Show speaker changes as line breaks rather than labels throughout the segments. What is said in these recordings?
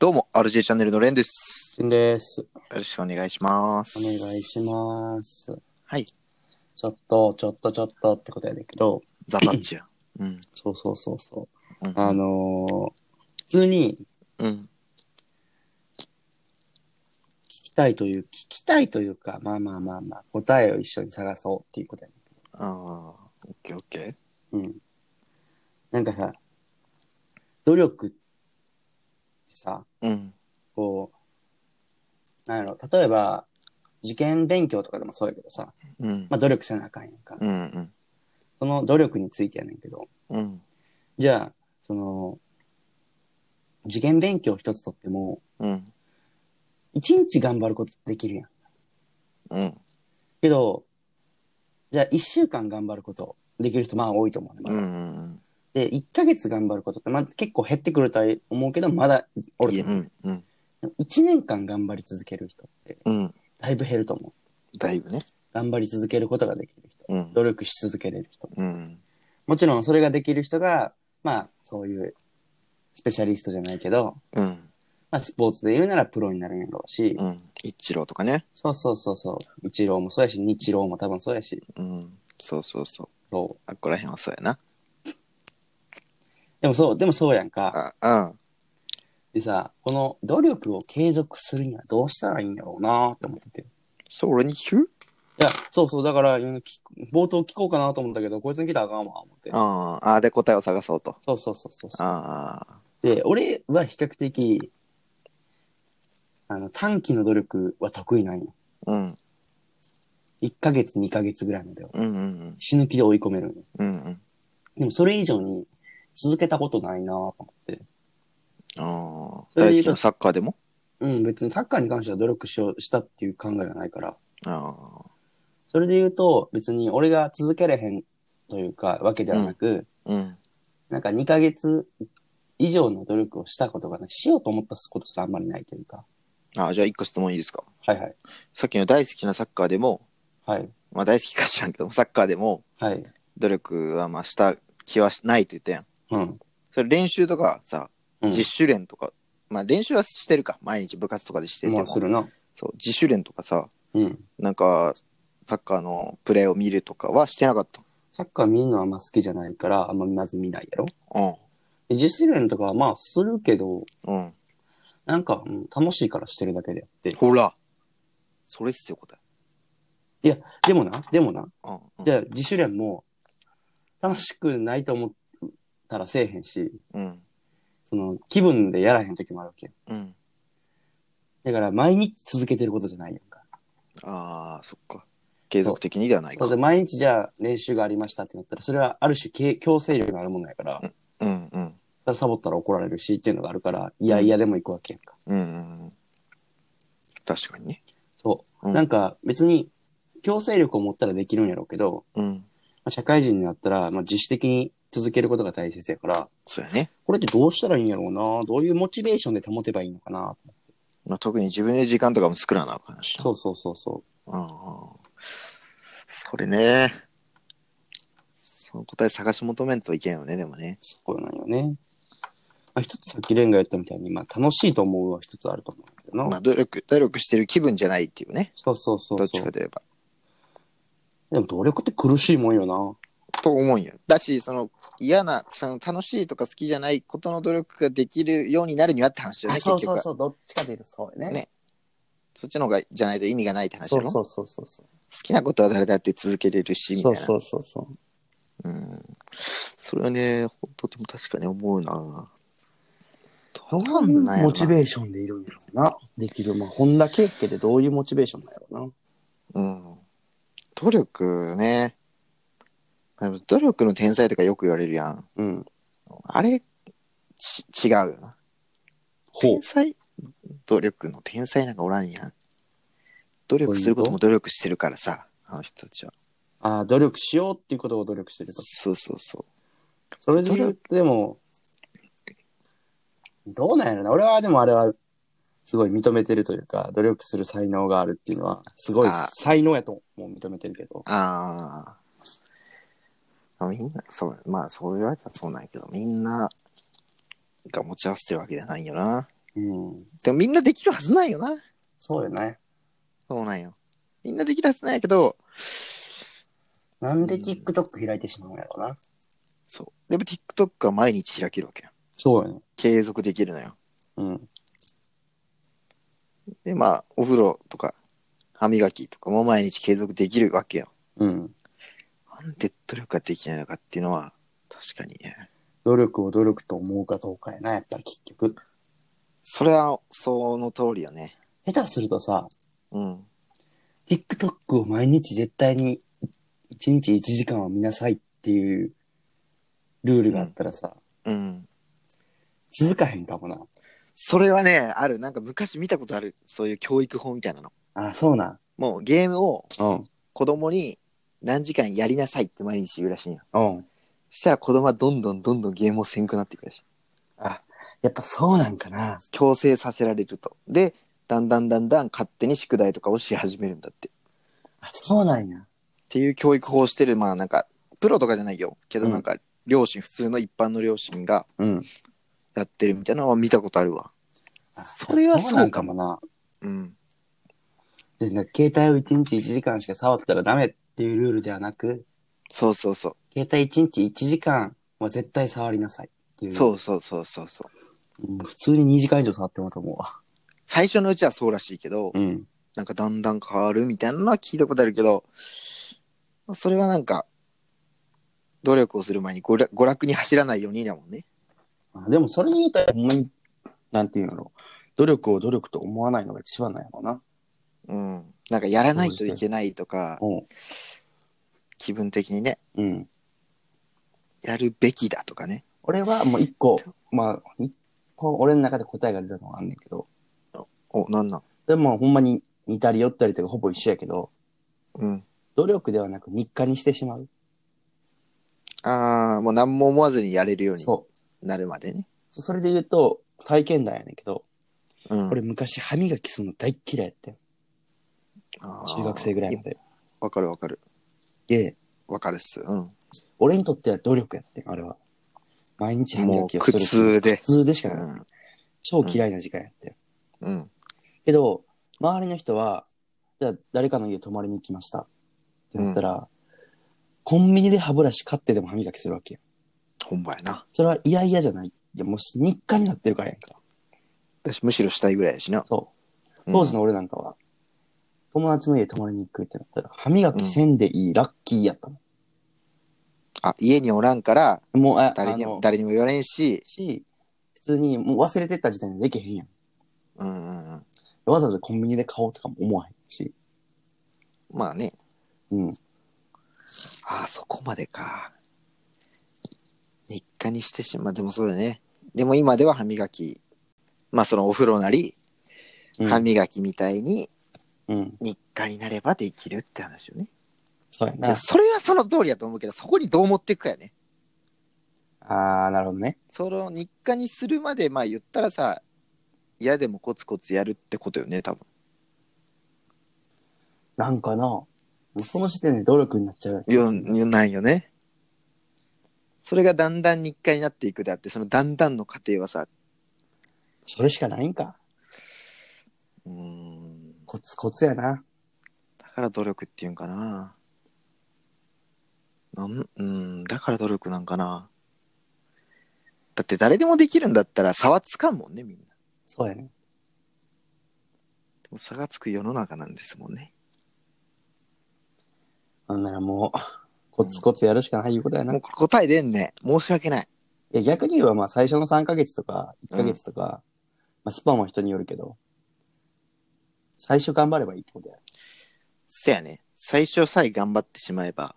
RJ チャンネルのレンです。
んです。
よろしくお願いします。
お願いします。
はい。
ちょっと、ちょっと、ちょっとってことやねんけど、
ザ・タッチや。うん。
そうそうそうそう。
うん
あのー普通に聞
うん。
きたいという、聞きたいというか、まあまあまあまあ、答えを一緒に探そうっていうことやね
ああ、オッケーオッケー。
ん。うん。なんかさ、努力ってさ、
うん。
こう、なんやろ、例えば、受験勉強とかでもそうやけどさ、
うん。
まあ努力せなあかんやんか。
うん。
その努力についてやねんけど、
うん。
じゃあ、その、受験勉強一つとっても、
うん。
一日頑張ることできるやん。
うん。
けど、じゃあ一週間頑張ることできる人まあ多いと思うね、ま
う
だ
ん。
で、一ヶ月頑張ることってまあ結構減ってくるとは思うけど、まだおる
い
と
やうん。うん。
思う。一年間頑張り続ける人って
うん。
だいぶ減ると思う。
だいぶね。
頑張り続けることができる人。
うん。
努力し続けれる人。
うん。
もちろんそれができる人が、まあそういうスペシャリストじゃないけど、
うん。
まあスポーツで言うならプロになるんやろうし、
うん。一郎とかね。
そうそうそうそう。一郎もそうやし、日郎も多分そうやし。
うん。そうそうそう。
そう。
あっこらへんはそうやな。
でもそう、でもそうやんか。
あ、うん。
でさ、この努力を継続するにはどうしたらいいんだろうなって思ってて。
そう、俺に聞く
いや、そうそう、だから、うん聞く冒頭聞こうかなと思ったけど、こいつに来たらあかんわ、思って。
ああ、で答えを探そうと。
そうそうそうそうそう。
ああ。
で、俺は比較的、あの、短期の努力は得意なんよ。
うん。
1ヶ月、2ヶ月ぐらいまでは。
うんうん
死ぬ気で追い込めるんよ
うん。うん
でもそれ以上に続けたことないなと思って。
うん。ああ。大好きなサッカーでも
うん、別にサッカーに関しては努力しようしたっていう考えがないから、
ああ。
それで言うと、別に俺が続けれへんというか、わけではなく、
うん。
なんか2ヶ月以上の努力をしたことがない、しようと思ったことすらあんまりないというか、
ああ、じゃあ一個質問いいですか
はいはい、
さっきの大好きなサッカーでも、
はい、
まあ大好きか知らんけど、サッカーでも
はい、
努力はまあした気はしないって言ったやん。
うん、
それ練習とかさ、
うん、
自主練とか、まあ練習はしてるか、毎日部活とかでしてて
ま
も
あ、するな。
そう、自主練とかさ、
うん。
なんか、サッカーのプレーを見るとかはしてなかった。
サッカー見るのはあんま好きじゃないから、あんままず見ないやろ。
うん。
で自主練とかはまあするけど、
うん。
なんか、うん、楽しいからしてるだけであって。
ほら。それっすよ、答え。
でもな、でもな、
うん、うん。
じゃあ自主練も楽しくないと思ったらせえへんし、
うん。
その気分でやらへん時もあるわけよ。
うん。
だから毎日続けてることじゃないやんか。
ああ、そっか。継続的にではない
そ
か
う。で毎日じゃあ練習がありましたってなったら、それはある種け強制力のあるものやから、
う
だ
んうんうん。
からサボったら怒られるしっていうのがあるから、いやいやでも行くわけやんか。
うんうんうん。確かにね。
そうう。
ん
なんか別に強制力を持ったらできるんやろうけど、
うん。
まあ、社会人になったら、まあ、自主的に続けることが大切やから、
そうや ね。
これってどうしたらいいんやろうなどういうモチベーションで保てばいいのかな
まあ、特に自分で時間とかも作らなあかんしな。
そうそうそうそう。
うんうん。それね。その答え探し求めんといけんよね、でもね。
そうなんよね。まあ、一つさっきレンが言ったみたいに、まあ、楽しいと思うは一つあると思うんだけどな。
まあ、努力、努力してる気分じゃないっていうね。
そうそうそう
どっ
そ
ち
う。
かといえば。
でも努力って苦しいもんよな。
と思うんよ。だし、その嫌な、その楽しいとか好きじゃないことの努力ができるようになるにはって話よね、結局は。
そう、どっちかというとそう
ねそっちの方がじゃないと意味がないって話
そ
よ
う
ね。
そ
好
うそうそうそう。
きなことは誰だって続けれるし、みた
そ
いうな。
そうそうそう。
うん。それはね、ほんとでも確かに思うな。ど
ど
う
うい
なんだ
う
よ
モチベーションでいるんやろうな。できる。まあ、本田圭佑でどういうモチベーションだろうな。
うん。努力ね。でも努力の天才とかよく言われるやん。
うん。
あれ、ち違うよな。
ほう
天。才努力の天才なんかおらんやん。努力することも努力してるからさ、あの人たちは。
ああ、努力しようっていうことを努力してると。
そうそうそ
それで言うでも、どうなんやろな。俺はでもあれは、すごい認めてるというか、努力する才能があるっていうのは、すごい
あ
才能やともう認めてるけど。
う。ああ。みんな、そう、まあそう言われたらそうなんやけど、みんなが持ち合わせてるわけじゃないよな。
うん。
でもみんなできるはずないよな。
そうよね。
そうなんよ。みんなできるはずないけど、
なんで TikTok 開いてしまうんやろうな。
そう。でも TikTok は毎日開けるわけよ。
そうよね。
継続できるのよ。
うん。
で、まあ、お風呂とか、歯磨きとかも毎日継続できるわけよ。
うん。
なんで努力ができないのかっていうのは、確かにね。
努力を努力と思うかどうかやな、やっぱり結局。
それは、その通りよね。
下手するとさ、
うん。
TikTok を毎日絶対に1日1時間は見なさいっていうルールがあったらさ、
うん。
続かへんかもな。
それはね、ある。なんか昔見たことある。そういう教育法みたいなの。
あ、そうなん。
もうゲームを
うん。
子供に何時間やりなさいって毎日言うらしいんよ。
うん。
そしたら子供はどんどんどんどんゲームをせんくなっていくらしい。
あ、やっぱそうなんかな。
強制させられると。で、だんだんだんだん勝手に宿題とかをし始めるんだって。っ
あ、そうなんや。
ていう教育法をしてる、まあなんか、プロとかじゃないよ。けどなんか、両親、普通の一般の両親が
うん。
やってるみたいなのは見たことあるわ。それはそうかも
な。
うん。
でなんか携帯を1日1時間しか触ったらダメっていうルールではなく、
そうそうそう。
携帯1日1時間は絶対触りなさいっていう。
そうそうそうそうそう。
うん。普通に2時間以上触ってもらうと思うわ。
最初のうちはそうらしいけど、
うん。
なんかだんだん変わるみたいなのは聞いたことあるけど、それはなんか、努力をする前に娯楽娯楽に走らないようにだもんね。
あでもそれに言うと、ほんまに、なんていうんだろう。努力を努力と思わないのが一番なんやろうな。
うん。なんかやらないといけないとか、
う
気分的にね、
ん。うん。
やるべきだとかね。
俺はもう一個、まあ、一個俺の中で答えが出たのはあんねんけど、
お、なんなん
でもほんまに似たり寄ったりとかほぼ一緒やけど、
うん。
努力ではなく日課にしてしまう。
ああ、もう何も思わずにやれるように
そう。
なるまでね。
そそれで言うと、体験談やねんけど、
うん。
俺昔歯磨きするの大っ嫌いやってん。
あー
中学生ぐらいまで。
わかるわかる。
で、
わかるっす。うん。
俺にとっては努力やってん、あれは。毎日歯磨きをするっていう。
もう苦痛で
苦痛でし
う
かない。
ん。
超嫌いな時間やってん。
うん。
けど、周りの人は、じゃあ誰かの家泊まりに行きました。ってなったら、コンビニで歯ブラシ買ってでも歯磨きするわけやん。
ほんまやな。
それは嫌々じゃない。いや、もう日課になってるからやんか。
私むしろしたいぐらいやしな。
そう。
うん
当時の俺なんかは、友達の家泊まりに行くってなったら、歯磨きせんでいい、ラッキーやったも
あ、家におらんから、
ん。もう、あ、
誰に
あの
も、誰にも言われんし、
し、普通にもう忘れてた時点でできへんやん。
うんうんうん。
わざわざコンビニで買おうとかも思わへんし。
まあね。
うん。
ああ、そこまでか。日課にしてしまう。でもそうだね。でも今では歯磨き。まあそのお風呂なり、
うん
歯磨きみたいに
うん。
日課になればできるって話よね。
そうや
いや
な。
それはその通りだと思うけど、そこにどう持っていくかやね。
あー、なるほどね。
その日課にするまで、まあ言ったらさ、嫌でもコツコツやるってことよね、多分。
なんかな、もうその時点で努力になっちゃう。
よ、よないよね。それがだんだん日課になっていくであって、そのだんだんの過程はさ、
それしかないんか。
うーん、
コツコツやな。
だから努力っていうんかな。なんうん、だから努力なんかな。だって誰でもできるんだったら差はつかんもんね、みんな。で
そうやね。
も差がつく世の中なんですもんね。
なんならもう、コツコツやるしかないいうことやな。
もう
い
これ答え出んね。申し訳ない。
や、逆に言えばまあ最初の3ヶ月とか、1ヶ月とか、まあスパンは人によるけど、最初頑張ればいいってことや。
そやね。最初さえ頑張ってしまえば。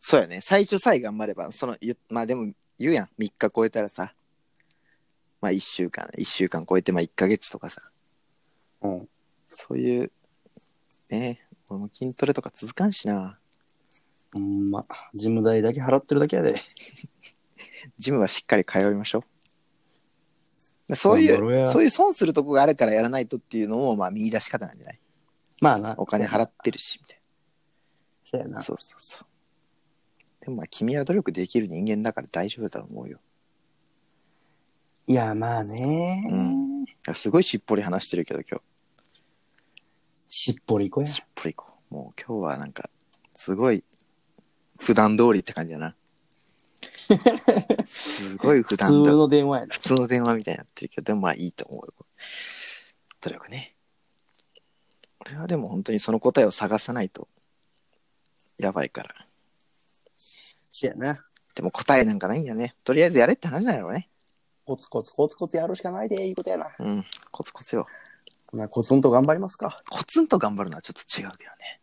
そうやね。最初さえ頑張れば、その、ゆまあでも言うやん。3日超えたらさ。まあ1週間、1週間超えて、まあ1ヶ月とかさ。
うん。
そういう、ね俺も筋トレとか続かんしな。
ほんま、ジム代だけ払ってるだけやで。
ジムはしっかり通いましょう。そうい
頑張ろう
う、
や
そういう損するとこがあるからやらないとっていうのも、まあ見出し方なんじゃない
まあな。
お金払ってるし、みたい
そうや
な。
な。
そうそうそう。でもまあ君は努力できる人間だから大丈夫だと思うよ。
いや、まあね、
うあすごいしっぽり話してるけど今
しっぽりこや
日。しっぽりこうもう今日はなんかすごい普段通りって感じだ なすごい普
普
段通
通
り
の電話やな。
普通の電話みたいになってるけど、でもまあいいと思うよ。努力ね。俺はでも本当にその答えを探さないと、やばいから。
せやな。
でも答えなんかないんだよね。とりあえずやれって話なんやろうね。
コツコツコツコツやるしかないで、いうことやな。
うん。コツコツよ。
まあ、コツンと頑張りますか。
コツンと頑張るのはちょっと違うけどね。